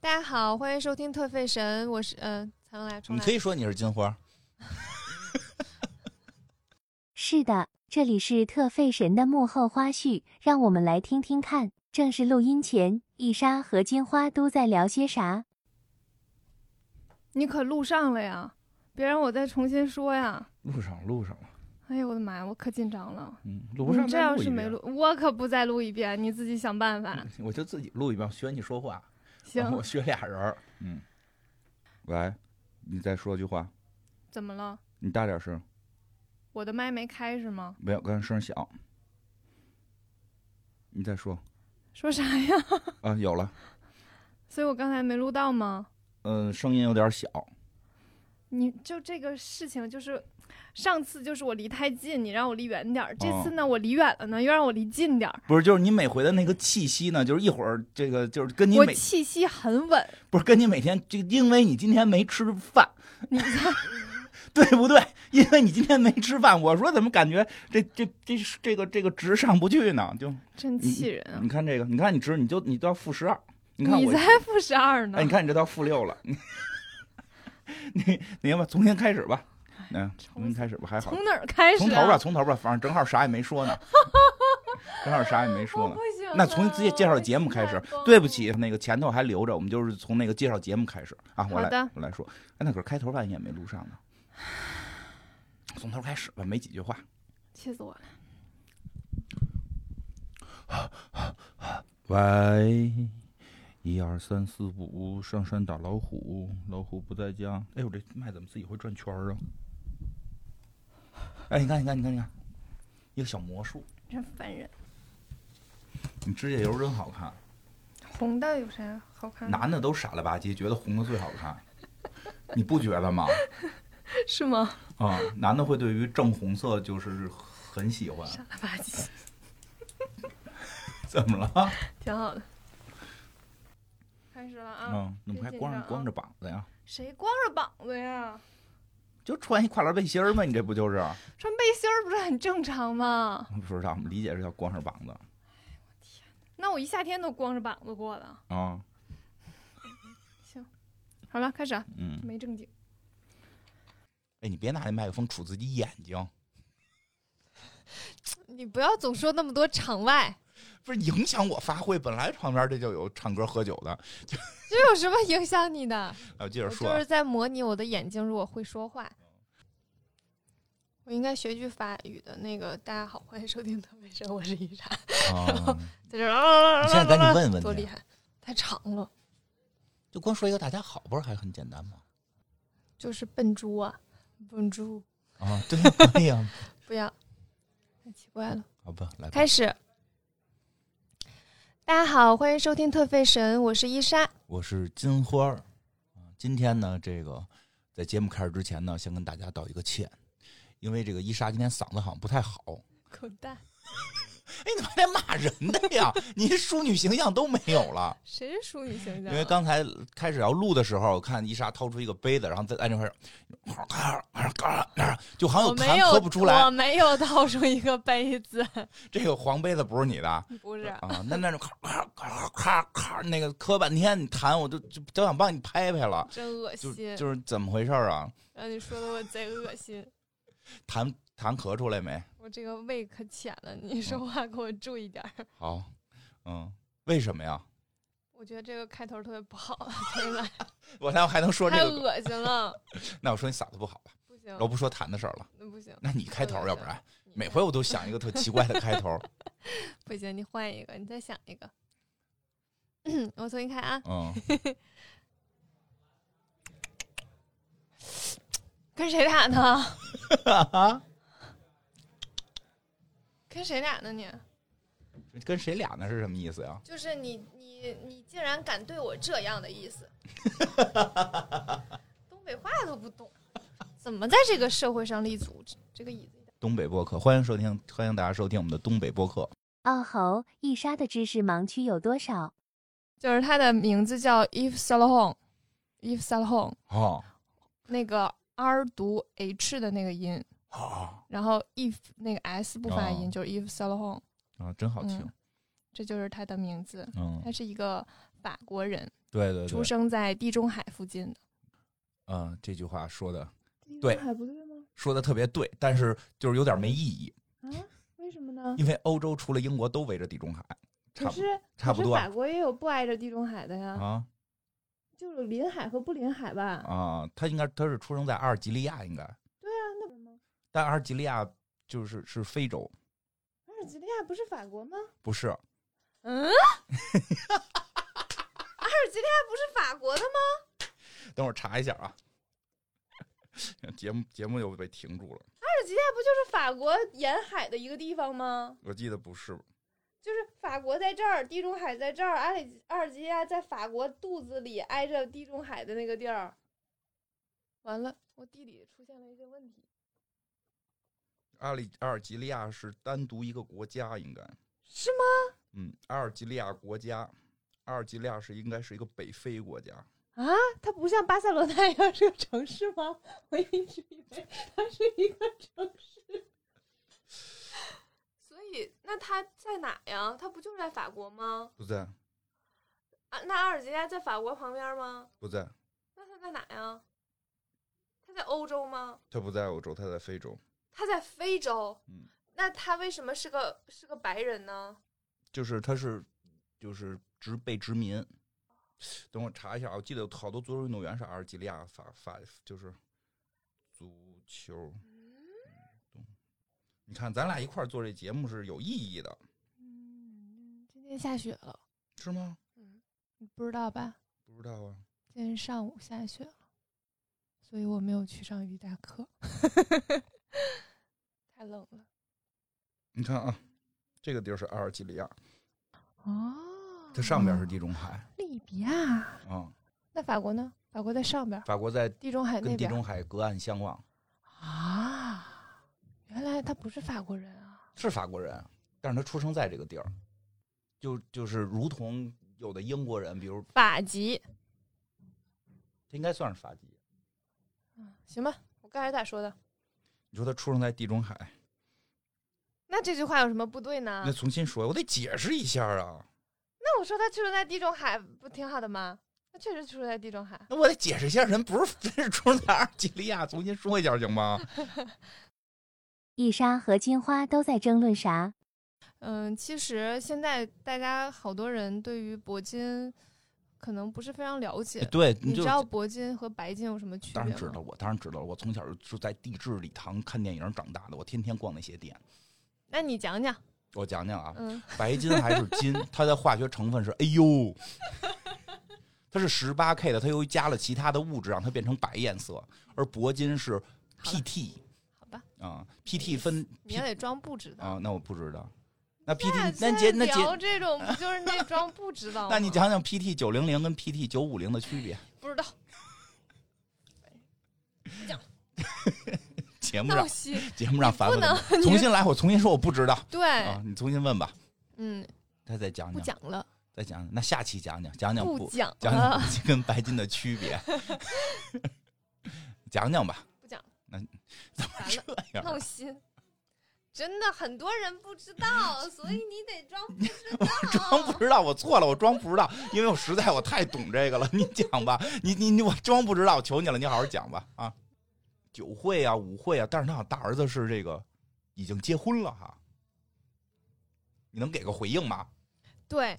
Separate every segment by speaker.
Speaker 1: 大家好，欢迎收听特费神，我是嗯，咱、们来重
Speaker 2: 你
Speaker 1: 来
Speaker 2: 可。以说你是金花，
Speaker 3: 是的，这里是特费神的幕后花絮，让我们来听听看。正式录音前，伊莎和金花都在聊些啥？
Speaker 4: 你可录上了呀，别让我再重新说呀！
Speaker 2: 录上录上了，
Speaker 4: 哎呦我的妈呀，我可紧张了。
Speaker 2: 嗯，录不上
Speaker 4: 你这
Speaker 2: 再
Speaker 4: 要
Speaker 2: 一
Speaker 4: 是没
Speaker 2: 遍嗯
Speaker 4: 录，，我可不再录一遍，你自己想办法。
Speaker 2: 我就自己录一遍，我学你说话，
Speaker 4: 行
Speaker 2: 然 后，我学俩人儿，
Speaker 5: 嗯，来，你再说句话，
Speaker 4: 怎么了？
Speaker 5: 你大点声，
Speaker 4: 我的麦没开是吗？
Speaker 5: 没有，刚才声小。你 再说
Speaker 4: 说啥呀？
Speaker 5: 啊，有了，
Speaker 4: 所以我刚才没录到吗？
Speaker 5: 嗯，声音有点小，
Speaker 4: 你就这个事情，就是上次就是我离太近，你让我离远点儿；这次
Speaker 2: 哦
Speaker 4: 呢，我离远了呢，又让我离近点儿。
Speaker 2: 不是，就是你每回的那个气息呢，就是一会儿这个就是跟你
Speaker 4: 我
Speaker 2: 每
Speaker 4: 气息很稳，
Speaker 2: 不是跟你每天这个，因为你今天没吃饭，
Speaker 4: 你
Speaker 2: 对不对？因为你今天没吃饭，我说怎么感觉这这这这个这个值上不去呢？就
Speaker 4: 真
Speaker 5: 你
Speaker 4: 气人啊！
Speaker 5: 你看这个，你看你值，你就你都要负十二，你看
Speaker 4: 你
Speaker 5: 我，
Speaker 4: 才负十二呢
Speaker 5: 哎，，你看你这到负六了， 你你你要不从新开始吧，嗯，从新开始吧，还好，
Speaker 4: 从哪儿哎开始、啊？
Speaker 5: 从头吧，，从头吧，反正正好啥也 没说呢，正好啥也没说
Speaker 4: 我
Speaker 5: 呢
Speaker 4: 不。行 了。
Speaker 5: 那从直接介绍
Speaker 4: 我
Speaker 5: 节目开始
Speaker 4: 心太，
Speaker 5: 对
Speaker 4: 崩
Speaker 5: 不
Speaker 4: 了
Speaker 5: 起，那个前头还留着，我们就是从那个介绍节目开始啊。我
Speaker 4: 好的
Speaker 5: 来，我来说，哎，那可是开头万一也没录上呢，从头开始吧，没几句话。
Speaker 4: 气死我了！
Speaker 5: 喂，一二三四五，上山打老虎，老虎不在家。哎呦，这麦怎么自己会转圈儿啊？哎，你看，你看，你看，你看，一个小魔术，
Speaker 4: 真烦人。
Speaker 5: 你指甲油真好看，
Speaker 4: 红的有啥好看？
Speaker 5: 男的都傻了吧唧，觉得红的最好看，你不觉得吗？
Speaker 4: 是吗？
Speaker 5: 啊、男的会对于正红色就是很喜欢，
Speaker 4: 傻了吧唧，
Speaker 5: 怎么
Speaker 1: 啊
Speaker 5: 了？
Speaker 4: 挺好的。开始了啊！
Speaker 5: 嗯，你们还光着
Speaker 4: 别紧张啊
Speaker 5: 光着膀子呀？
Speaker 4: 谁光着膀子呀？
Speaker 5: 就穿一跨栏背心儿吗？你这不就是？
Speaker 4: 穿背心儿不是很正常吗？
Speaker 5: 不知道，我们理解是叫光着膀子
Speaker 4: 那我一夏天都光着膀子过了。
Speaker 5: 啊。
Speaker 4: 好了，开始啊，
Speaker 5: 嗯，
Speaker 4: 没正经。
Speaker 2: 哎，你别拿那麦克风杵自己眼睛，
Speaker 1: 你不要总说那么多场外，
Speaker 2: 不是影响我发挥。本来旁边这就有唱歌喝酒的，
Speaker 1: 这有什么影响你的？
Speaker 2: 啊，接
Speaker 1: 我
Speaker 2: 着说
Speaker 1: 就
Speaker 2: 啊，
Speaker 1: 是在模拟我的眼睛，如果会说话，我应该学句法语的那个。大家好，欢迎收听特费神，我是伊莎，
Speaker 5: 啊
Speaker 1: 在这儿啊，
Speaker 2: 你现在赶紧问问
Speaker 1: 多
Speaker 2: 去
Speaker 1: 厉害，太长了，
Speaker 2: 就光说一个大家好，不是还很简单吗？
Speaker 1: 就是笨猪啊，笨猪，
Speaker 2: 啊，对，
Speaker 5: 哎
Speaker 2: 可以啊，
Speaker 1: 不要，太奇怪了。
Speaker 2: 好吧，来吧，
Speaker 1: 开始。大家好，欢迎收听特费神，我是伊莎。
Speaker 2: 我是金花儿啊今天呢，这个在节目开始之前呢，先跟大家道一个歉，因为这个伊莎今天嗓子好像不太好。
Speaker 1: 滚蛋！
Speaker 2: 哎，你怎么还骂人的呀？你淑女形象都没有了。
Speaker 1: 谁是淑女形象啊？
Speaker 2: 因为刚才开始要录的时候，我看伊莎掏出一个杯子，然后在按这块儿，就好像
Speaker 1: 我
Speaker 2: 有
Speaker 1: 没
Speaker 2: 痰
Speaker 1: 有，
Speaker 2: 咳不出
Speaker 1: 我
Speaker 2: 来。
Speaker 1: 没有掏出一个杯子，
Speaker 2: 这个黄杯子不是你的。
Speaker 1: 不是。
Speaker 2: 啊，那那种咔咔咔咔咔，那个磕半天，你痰我就就都想帮你拍拍了，
Speaker 1: 真恶
Speaker 2: 就
Speaker 1: 心，
Speaker 2: 就是怎么回事儿啊？
Speaker 1: 让你说的我贼恶心，
Speaker 2: 痰痰咳出来没？
Speaker 1: 我这个胃可浅了，你
Speaker 2: 嗯
Speaker 1: 说话给我注意点儿。
Speaker 2: 好，嗯，为什么呀？
Speaker 1: 我觉得这个开头特别不好，啊真的
Speaker 2: 我那还能 说这
Speaker 1: 太
Speaker 2: 个？
Speaker 1: 恶心了，
Speaker 2: 那我说你嗓子不好吧，
Speaker 1: 不行，
Speaker 2: 我不说痰的事儿了。
Speaker 1: 那不行，
Speaker 2: 那你开头，
Speaker 1: 对
Speaker 2: 要不然
Speaker 1: 你
Speaker 2: 每回我都想一个特奇怪的开头。
Speaker 1: 不行，你换一个，你再想一个。 我重新开啊，
Speaker 2: 嗯，
Speaker 1: 跟谁俩 呢？跟谁俩呢你？
Speaker 2: 跟谁俩呢？是什么意思呀？
Speaker 1: 就是你你你竟然敢对我这样的 意思，东北话都不懂，怎么在这个社会上立足？这个椅子
Speaker 2: 东北播客，欢迎收听，欢迎大家收听我们的东北播客。
Speaker 3: 哦吼，伊莎的知识盲区有多少？
Speaker 1: 就是他的名字叫 Eve s a l o n e v e s a l o n
Speaker 2: 哦，
Speaker 1: 那个 R 读 H 的那个音，
Speaker 2: 啊
Speaker 1: 然后 Eve 那个 S 不发音，
Speaker 2: 哦
Speaker 1: 就是 Eve s a l o n
Speaker 2: 啊，真好听。
Speaker 1: 这就是他的名字。
Speaker 2: 嗯
Speaker 1: 他是一个法国人，
Speaker 2: 对对
Speaker 1: 出
Speaker 2: 对，
Speaker 1: 生在地中海附近的。
Speaker 2: 嗯，这句话说的对
Speaker 6: 还不对吗？
Speaker 2: 说的特别对，但是就是有点没意义，
Speaker 6: 啊，为什么呢？
Speaker 2: 因为欧洲除了英国都围着地中海，差
Speaker 6: 可
Speaker 2: 不多
Speaker 6: 是
Speaker 2: 差不
Speaker 6: 可是
Speaker 2: 多
Speaker 6: 法国也有不挨着地中海的呀，
Speaker 2: 啊
Speaker 6: 就是临海和不临海吧？
Speaker 2: 啊，他应该他是出生在阿尔及利亚，应该，
Speaker 6: 对啊，那不是吗？
Speaker 2: 但阿尔及利亚就是是非洲，
Speaker 6: 阿尔及利亚不是法国吗？
Speaker 2: 不是
Speaker 6: 嗯，阿尔及利亚不是法国的吗？
Speaker 2: 等会儿查一下啊。节目节目又被停住了，
Speaker 6: 阿尔及利亚不就是法国沿海的一个地方吗？
Speaker 2: 我记得不是，
Speaker 6: 就是法国在这儿，地中海在这儿，阿里阿尔及利亚在法国肚子里挨着地中海的那个地儿。
Speaker 1: 完了，我地理出现了一些问题。
Speaker 2: 阿里阿尔及利亚是单独一个国家，应该
Speaker 6: 是吗？
Speaker 2: 嗯，阿尔及利亚国家，阿尔及利亚是应该是一个北非国家，
Speaker 6: 啊，它不像巴塞罗 那一样是个城市吗？我一直以为它是一个城市。
Speaker 1: 所以，那他在哪呀？他不就是在法国吗？
Speaker 2: 不在
Speaker 1: 啊，那阿尔及利亚在法国旁边吗？
Speaker 2: 不在，
Speaker 1: 那他在哪呀？他在欧洲吗？
Speaker 2: 它不在欧洲，它在非洲，
Speaker 1: 他在非洲，
Speaker 2: 嗯
Speaker 1: 那他为什么是个是个白人呢？
Speaker 2: 就是它是就是殖被殖民。等我查一下啊，我记得有好多足球运动员是阿尔及利亚法法就是足球
Speaker 1: 嗯
Speaker 2: 运动。你看，咱俩一块儿做这节目是有意义的，
Speaker 1: 嗯，今天下雪了，
Speaker 2: 是吗？
Speaker 1: 你不知道吧？
Speaker 2: 不知道啊，
Speaker 1: 今天上午下雪了，所以我没有去上瑜伽课， 太冷了。
Speaker 2: 你看啊，这个地儿是阿尔及利亚，
Speaker 1: 哦，
Speaker 2: 它上边是地中海
Speaker 1: 利比亚，
Speaker 2: 啊、
Speaker 1: 那法国呢？法国在上边，
Speaker 2: 法国在
Speaker 1: 地中海那
Speaker 2: 跟地
Speaker 1: 边
Speaker 2: 中海隔岸相望，
Speaker 1: 啊。原来他不是法国人啊！
Speaker 2: 是法国人，但是他出生在这个地儿，就就是如同有的英国人，比如
Speaker 1: 法籍，
Speaker 2: 他应该算是法籍。
Speaker 1: 嗯，行吧，我刚才咋说的？
Speaker 2: 你说他出生在地中海，
Speaker 1: 那这句话有什么不对呢
Speaker 2: 那？重新说，我得解释一下啊，
Speaker 1: 那我说他出生在地中海不挺好的吗？他确实出生在地中海。
Speaker 2: 那我得解释一下，人不是 真是出生在阿尔及利亚，重新说一下行吗？
Speaker 3: 伊莎和金花都在争论啥？
Speaker 1: 嗯，其实现在大家好多人对于铂金可能不是非常了解。
Speaker 2: 对，
Speaker 1: 你知道铂金和白金有什么区别
Speaker 2: 哎当
Speaker 1: 吗？
Speaker 2: 然知道，我当然知道，我从小就在地质礼堂看电影长大的，我天天逛那些店。
Speaker 1: 那你讲讲，
Speaker 2: 我讲讲啊，
Speaker 1: 嗯，
Speaker 2: 白金还是金，它的化学成分是哎呦，它是十八 K 的，它由于加了其他的物质让它变成白颜色，而铂金是 PT
Speaker 1: 好吧，
Speaker 2: 啊、p t 分
Speaker 1: 你要得装不知道。
Speaker 2: 啊、那我不知道，那
Speaker 1: 那
Speaker 2: PT 那
Speaker 1: 现在
Speaker 2: 姐那
Speaker 1: 聊
Speaker 2: 姐，
Speaker 1: 这种不就是那装不知道吗？
Speaker 2: 那你讲讲 PT 九零零跟 PT 九五零的区别？
Speaker 1: 不知道
Speaker 2: 节目
Speaker 1: 闹
Speaker 2: 让
Speaker 1: 心，
Speaker 2: 节目让
Speaker 1: 你哎
Speaker 2: 烦
Speaker 1: 不
Speaker 2: 问
Speaker 1: 能
Speaker 2: 了，重新来，我重新说我不知道
Speaker 1: 对
Speaker 2: 啊，，你重新问吧，
Speaker 1: 嗯，
Speaker 2: 他再讲
Speaker 1: 不
Speaker 2: 讲，
Speaker 1: 讲了，
Speaker 2: 再讲讲，那下期讲讲讲讲
Speaker 1: 不
Speaker 2: 不
Speaker 1: 讲呃
Speaker 2: 讲
Speaker 1: 了
Speaker 2: 讲，铂金 跟白金的区别， 讲讲吧。哎
Speaker 1: 不 讲，
Speaker 2: 怎么啊这样？
Speaker 1: 闹心。真的很多人不知道， 所以你得装不知
Speaker 2: 装不知道，我错了，我装不知道，因为我实在我太懂这个了。 你讲吧，你你你，我装不知道，我求你了，你好好讲吧啊！酒会啊，舞会啊，但是他好像大儿子是这个已经结婚了哈，你能给个回应吗？
Speaker 1: 对，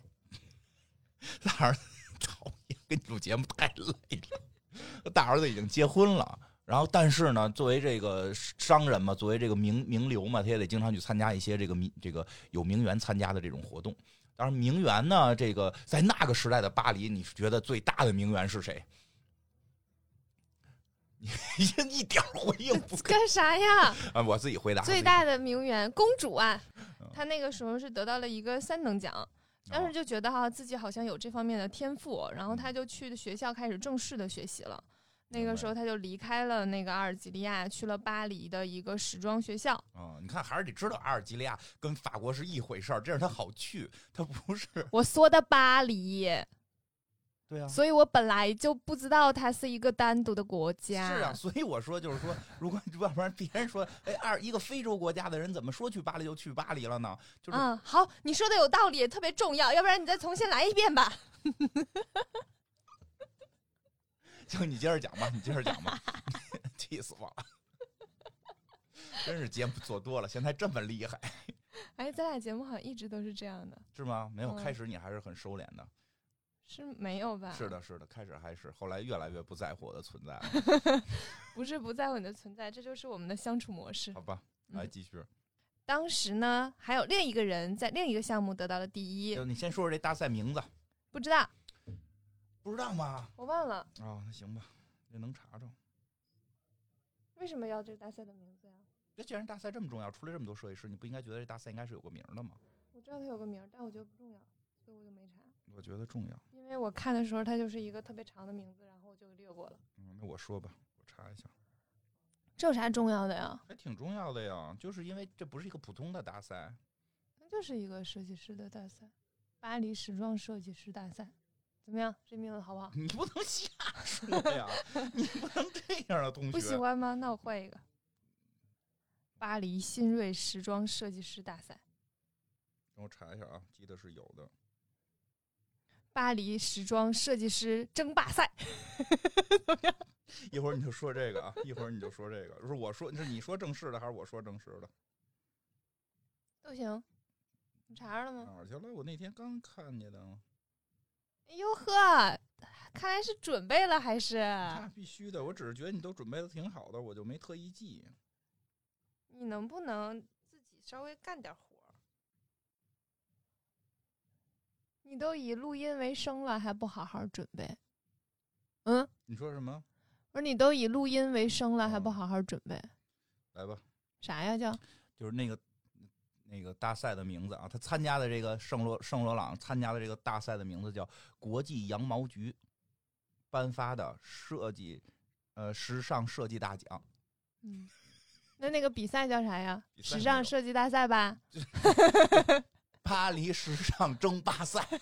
Speaker 2: 大儿子讨厌，跟你录节目太累了。大儿子已经结婚了，然后但是呢，作为这个商人嘛，作为这个名名流嘛，他也得经常去参加一些这个名这个有名媛参加的这种活动。当然，名媛呢，这个在那个时代的巴黎，你觉得最大的名媛是谁？ 你一点儿回应不给
Speaker 1: 干啥呀？
Speaker 2: 啊！我自己回答。
Speaker 1: 最大的名媛公主啊
Speaker 2: 嗯，哦
Speaker 1: 她那个时候是得到了一个三等奖，当时就觉得哈、自己好像有这方面的天赋，然后
Speaker 2: 嗯
Speaker 1: 她就去学校开始正式的学习了。那个时候，她就离开了那个阿尔及利亚，去了巴黎的一个时装学校。
Speaker 2: 啊、你看还是得知道阿尔及利亚跟法国是一回事儿，这样他好去，他不是
Speaker 1: 我说的巴黎，
Speaker 2: 啊对啊。
Speaker 1: 所以我本来就不知道它是一个单独的国家。
Speaker 2: 是啊，所以我说就是说，如果要不然别人说，哎，二一个非洲国家的人怎么说去巴黎就去巴黎了呢？就是、
Speaker 1: 嗯，好，你说的有道理，特别重要，要不然你再重新来一遍吧。
Speaker 2: 行，你接着讲吧，你接着讲吧， 气死我了！真是节目做多了，现在这么厉害
Speaker 1: 哎，咱俩节目好像一直都是这样的，
Speaker 2: 是吗？没有，
Speaker 1: 嗯啊
Speaker 2: 开始你还是很收敛的，
Speaker 1: 是没有吧？
Speaker 2: 是，的，是的，开始还是，后来越来越不在乎我的存在了，
Speaker 1: 不是不在乎你的存在，这就是我们的相处模式
Speaker 2: 好。吧？
Speaker 1: 嗯
Speaker 2: 来继续，
Speaker 1: 当时呢，还有另一个人在另一个项目得到了第一，
Speaker 2: 就你先说说这大赛名字，
Speaker 1: 不知道
Speaker 2: 不知道吗？
Speaker 1: 我忘了
Speaker 2: 哦，那行吧，那能查着。
Speaker 1: 为什么要这个大赛的名字呀、
Speaker 2: 这既然大赛这么重要，出来这么多设计师，你不应该觉得这大赛应该是有个名儿的吗？
Speaker 1: 我知道它有个名儿，但我觉得不重要，所以我就没查。
Speaker 5: 我觉得重要。
Speaker 1: 因为我看的时候，它就是一个特别长的名字，然后我就略过了。
Speaker 5: 嗯，那我说吧，我查一下，
Speaker 1: 这有啥重要的呀？
Speaker 2: 还挺重要的呀，就是因为这不是一个普通的 大赛，
Speaker 1: 那就是一个设计师的大赛，巴黎时装设计师大赛，怎么样？这名字好不好？
Speaker 2: 你不能瞎说呀，你不能这样啊，同学。
Speaker 1: 不喜欢吗？那我换一个。巴黎新锐时装设计师大赛，
Speaker 5: 让我查一下啊，记得是有的。
Speaker 1: 巴黎时装设计师争霸赛，
Speaker 5: 一会儿你就说这个啊，一会儿你就说这个，是我说，是你说正式的还是我说正式的？
Speaker 1: 都行。你查着了吗？
Speaker 5: 哪儿去了？我啊那天刚看见的，啊
Speaker 1: 哎呦呵，看来是准备了还是？
Speaker 5: 那必须的。我只是觉得你都准备的挺好的，我就没特意记。
Speaker 1: 你能不能自己稍微干点活儿？你都以录音为生了，还不好好准备？嗯，
Speaker 5: 你说什么？
Speaker 1: 我说你都以录音为生了，还
Speaker 5: 嗯
Speaker 1: 不好好准备？
Speaker 5: 来吧，
Speaker 1: 啥呀叫？
Speaker 2: 就是那个那个大赛的名字啊，他参加的这个圣罗圣罗朗参加的这个大赛的名字叫国际羊毛局颁发的设计呃时尚设计大奖。
Speaker 1: 嗯， 那那个比赛叫啥呀？
Speaker 5: 比赛
Speaker 1: 时
Speaker 5: 没有
Speaker 1: 尚设计大赛吧？
Speaker 2: 巴黎时尚争霸赛，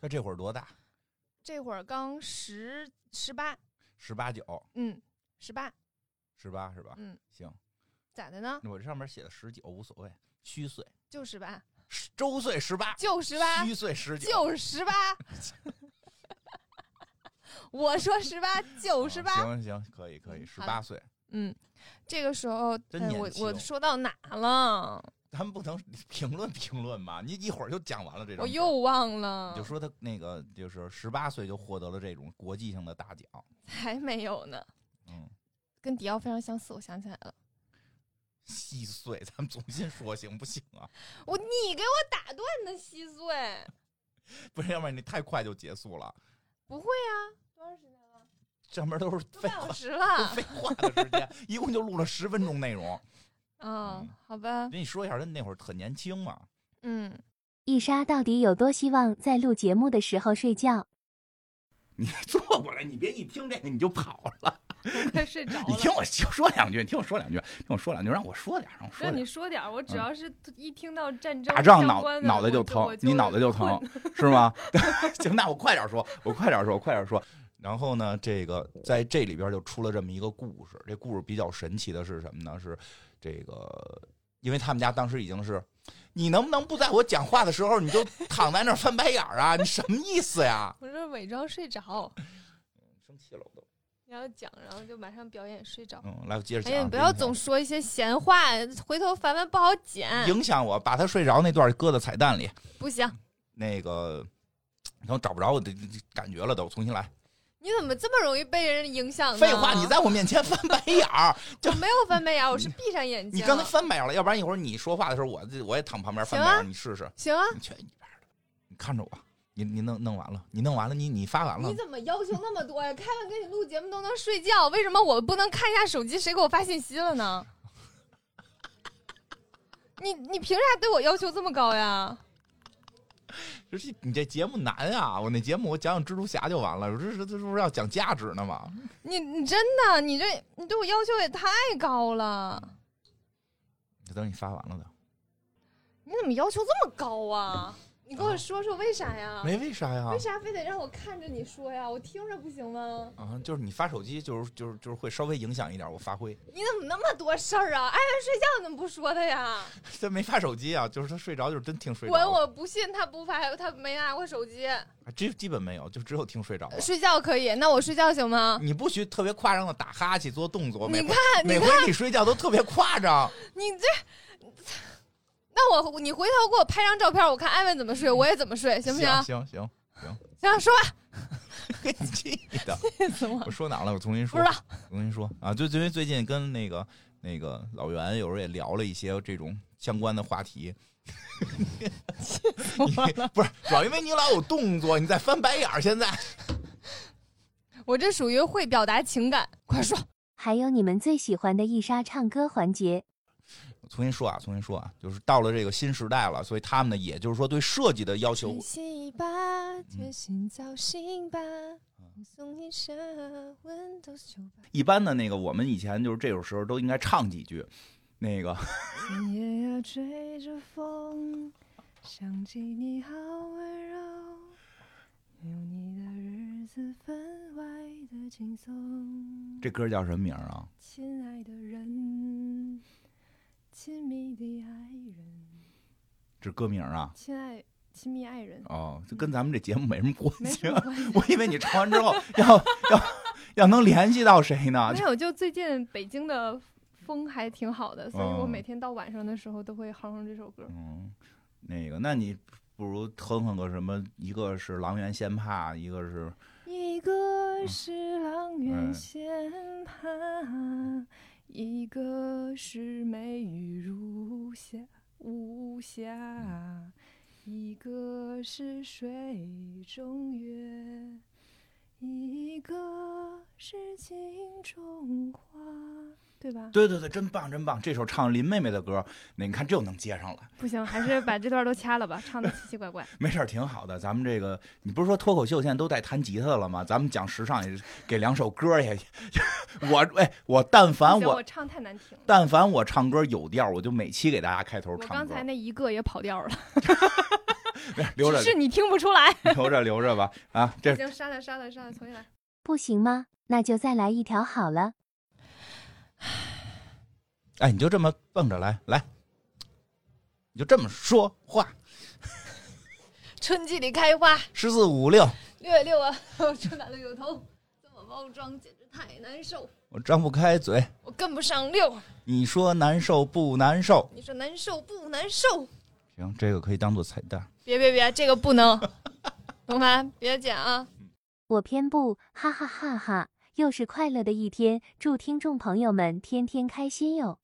Speaker 2: 他这会儿多大？
Speaker 1: 这会儿刚十十八，
Speaker 2: 十八九，
Speaker 1: 嗯，十八，
Speaker 2: 十八是吧？
Speaker 1: 嗯，
Speaker 2: 行，
Speaker 1: 咋的呢？
Speaker 2: 我这上面写的十九无所谓，虚岁，
Speaker 1: 就十八，
Speaker 2: 十周岁十八，
Speaker 1: 就十八，
Speaker 2: 虚岁十九，
Speaker 1: 就十八。 我说十八，就十八。
Speaker 2: 啊行行，可以可以，
Speaker 1: 嗯
Speaker 2: 十
Speaker 1: 好
Speaker 2: 八
Speaker 1: 了
Speaker 2: 岁，
Speaker 1: 嗯，这个时候，
Speaker 2: 真
Speaker 1: 哎
Speaker 2: 年
Speaker 1: 我
Speaker 2: 轻
Speaker 1: 我说到哪了？
Speaker 2: 咱们不能 评论评论吧？你一会儿就讲完了这张，
Speaker 4: 哦
Speaker 1: 我又忘了
Speaker 2: 你就，说他那个就是十八岁就获得了这种国际性的大奖，
Speaker 1: 才没有呢。
Speaker 2: 嗯，
Speaker 1: 跟迪奥非常相似，我想起来了。
Speaker 2: 稀碎，咱们重新说行不行啊？
Speaker 1: 我你给我打断的稀碎，
Speaker 2: 不然要不然你太快就结束了，
Speaker 1: 不会啊，多长时间了？
Speaker 2: 上面都是
Speaker 1: 都
Speaker 2: 废
Speaker 1: 半小
Speaker 2: 话，
Speaker 1: 时
Speaker 2: 都
Speaker 1: 了啊
Speaker 2: 是。废话的时间，一共就录了十分钟内容。
Speaker 1: 嗯
Speaker 2: 嗯，
Speaker 1: 好吧，
Speaker 2: 跟你说一下，他那会儿很年轻嘛，
Speaker 1: 嗯，
Speaker 3: 伊莎到底有多希望在录节目的时候睡觉？
Speaker 5: 你坐过来，你别一听这个你就跑了。
Speaker 4: 快睡着
Speaker 5: 你听
Speaker 4: 了。
Speaker 5: 我说两句，你听我说两句，听我说两句，让我说点，让我说
Speaker 4: 让
Speaker 5: 点
Speaker 4: 你。说点儿，我只
Speaker 5: 嗯
Speaker 4: 要是一听到战争
Speaker 5: 打仗
Speaker 4: 相
Speaker 5: 脑
Speaker 4: 关的
Speaker 5: 脑袋
Speaker 4: 我就
Speaker 5: 疼
Speaker 4: 我，
Speaker 5: 你脑袋就疼
Speaker 4: 困，
Speaker 5: 是 吗？行，那我快点说，我快点说，我快点说。
Speaker 2: 然后呢，这个在这里边就出了这么一个故事。这故事比较神奇的是什么呢？是这个，因为他们家当时已经是，你能不能不在我讲话的时候你就躺在那儿翻白眼儿啊？你什么意思呀？
Speaker 1: 我这伪装睡着，
Speaker 5: 生气了我都。
Speaker 1: 然后讲，然后就马上表演睡着。
Speaker 2: 嗯，来，我接着
Speaker 1: 哎
Speaker 2: 讲。
Speaker 1: 呀，你不要总说一些闲话，回头凡凡不好剪。
Speaker 2: 影响我，把他睡着那段搁到彩蛋里。
Speaker 1: 不行，
Speaker 2: 那个，然后找不着我的感觉了都，重新来。
Speaker 1: 你怎么这么容易被人影响呢？
Speaker 2: 废话，你在我面前翻白眼儿，
Speaker 1: 我没有翻白眼，我是闭上眼睛。
Speaker 2: 你刚才翻白眼了，要不然一会儿你说话的时候，我这我也躺旁边翻白眼
Speaker 1: 行
Speaker 2: 儿，
Speaker 1: 啊
Speaker 2: 你试试。
Speaker 1: 行啊，
Speaker 2: 你去你边儿的，你看着我，你你弄弄完了，你弄完了，你你发完了
Speaker 1: 你，怎么要求那么多呀？开完给你录节目都能睡觉，为什么我不能看一下手机谁给我发信息了呢？ 你你凭啥对我要求这么高呀？
Speaker 2: 就是你这节目难啊！我那节目我讲讲蜘蛛侠就完了，我这是这是不是要讲价值呢嘛？
Speaker 1: 你你真的你这你对我要求也太高了，
Speaker 2: 等你发完了的，
Speaker 1: 你怎么要求这么高啊？
Speaker 6: 你跟我说说为啥
Speaker 1: 啊
Speaker 6: 呀？
Speaker 2: 没啊为啥呀
Speaker 6: 为。啥非得让我看着你说呀？我听着不行吗？
Speaker 2: 啊，就是你发手机，就是就是就是会稍微影响一点我发挥。
Speaker 6: 你怎么那么多事儿啊？爱人睡觉怎么不说他呀？
Speaker 2: 这没发手机啊，就是他睡着就是真听睡着
Speaker 1: 我
Speaker 2: 了，
Speaker 1: 我不信他不发，他没拿过手机。
Speaker 2: 啊这基本没有，就只有听睡着了。
Speaker 1: 睡觉可以，那我睡觉行吗？
Speaker 2: 你不许特别夸张的打哈欠做动作，每
Speaker 1: 你
Speaker 2: 回
Speaker 1: 看， 你
Speaker 2: 每回
Speaker 1: 看，
Speaker 2: 你睡觉都特别夸张。
Speaker 1: 你这，那我你回头给我拍张照片，我看艾文怎么睡，我也怎么睡， 行不行？
Speaker 2: 行行，
Speaker 1: 行，说吧，
Speaker 2: 给你气 的！
Speaker 1: 气死我了！
Speaker 2: 我说哪儿了？我重新
Speaker 1: 不知。
Speaker 2: 说
Speaker 1: 道，
Speaker 2: 我跟你说啊，就就因为最近跟那个那个老袁有时候也聊了一些这种相关的 话题。你不是，主 要因为你老有动作，你在翻白眼儿。现在
Speaker 1: 我这属于会表达情感，快说。
Speaker 3: 还有你们最喜欢的易莎唱歌环节，
Speaker 2: 我重新说啊，重新说啊，就是到了这个新时代了，所以他们呢，也就是说对设计的要求
Speaker 1: 珍惜吧，决心早醒吧，我送你下温度酒吧。
Speaker 2: 一般的那个，我们以前就是这种时候都应该唱几句，那个
Speaker 4: 也要追着风，想起你好温柔，有你的日子分外的轻松。
Speaker 2: 这歌叫什么名儿啊？
Speaker 4: 亲爱的人，亲密的爱人，
Speaker 2: 这歌名儿啊？
Speaker 4: 亲爱亲密爱 人，
Speaker 2: 哦，就跟咱们这节目没什么关
Speaker 4: 没
Speaker 2: 系
Speaker 4: 什
Speaker 2: 啊。
Speaker 4: 么关系。
Speaker 2: 我以为你唱完之后 要要要能联系到谁呢
Speaker 4: 没？有，就最近北京的风还挺好的，所以我
Speaker 2: 嗯
Speaker 4: 每天到晚上的时候都会哼哼这首歌。
Speaker 2: 嗯，那个，那你不如哼哼个什么？一个是《狼原仙帕》，一个是
Speaker 4: 一个是阆
Speaker 2: 嗯哎
Speaker 4: 苑仙葩，一个是美雨如下无
Speaker 2: 嗯
Speaker 4: 暇，一个是水中月，一个是镜中花，对吧？
Speaker 2: 对对对，真棒真棒！这首唱林妹妹的歌，那你看这又能接上了，
Speaker 4: 不行，还是把这段都掐了吧，唱的奇奇怪怪。
Speaker 2: 没事儿，挺好的。咱们这个，你不是说脱口秀现在都带弹吉他的了吗？咱们讲时尚也是给两首歌也， 我哎，我但凡
Speaker 4: 不行
Speaker 2: 我
Speaker 4: 我唱太难听了。
Speaker 2: 但凡我唱歌有调儿，我就每期给大家开头
Speaker 4: 我
Speaker 2: 唱
Speaker 4: 刚
Speaker 2: 歌，
Speaker 4: 才那一个也跑调了，
Speaker 2: 留着
Speaker 4: 只是你听不出 来。
Speaker 2: 留着留着吧啊！这
Speaker 4: 行，删了删了删了，重新来。
Speaker 3: 不行吗？那就再来一条好了。
Speaker 2: 哎，你就这么蹦着来来，你就这么说话，
Speaker 1: 春季里开花，
Speaker 2: 十四五六，
Speaker 1: 六月六啊， 我春打了有头，这么包装简直太难受，
Speaker 2: 我张不开嘴，
Speaker 1: 我跟不上六。啊
Speaker 2: 你说难受不难受？
Speaker 1: 你说难受不难受？
Speaker 2: 行，这个可以当做彩蛋。
Speaker 1: 别别别，这个不能，懂吗？别剪啊！
Speaker 3: 我偏不，哈哈哈哈！又是快乐的一天，祝听众朋友们天天开心哟！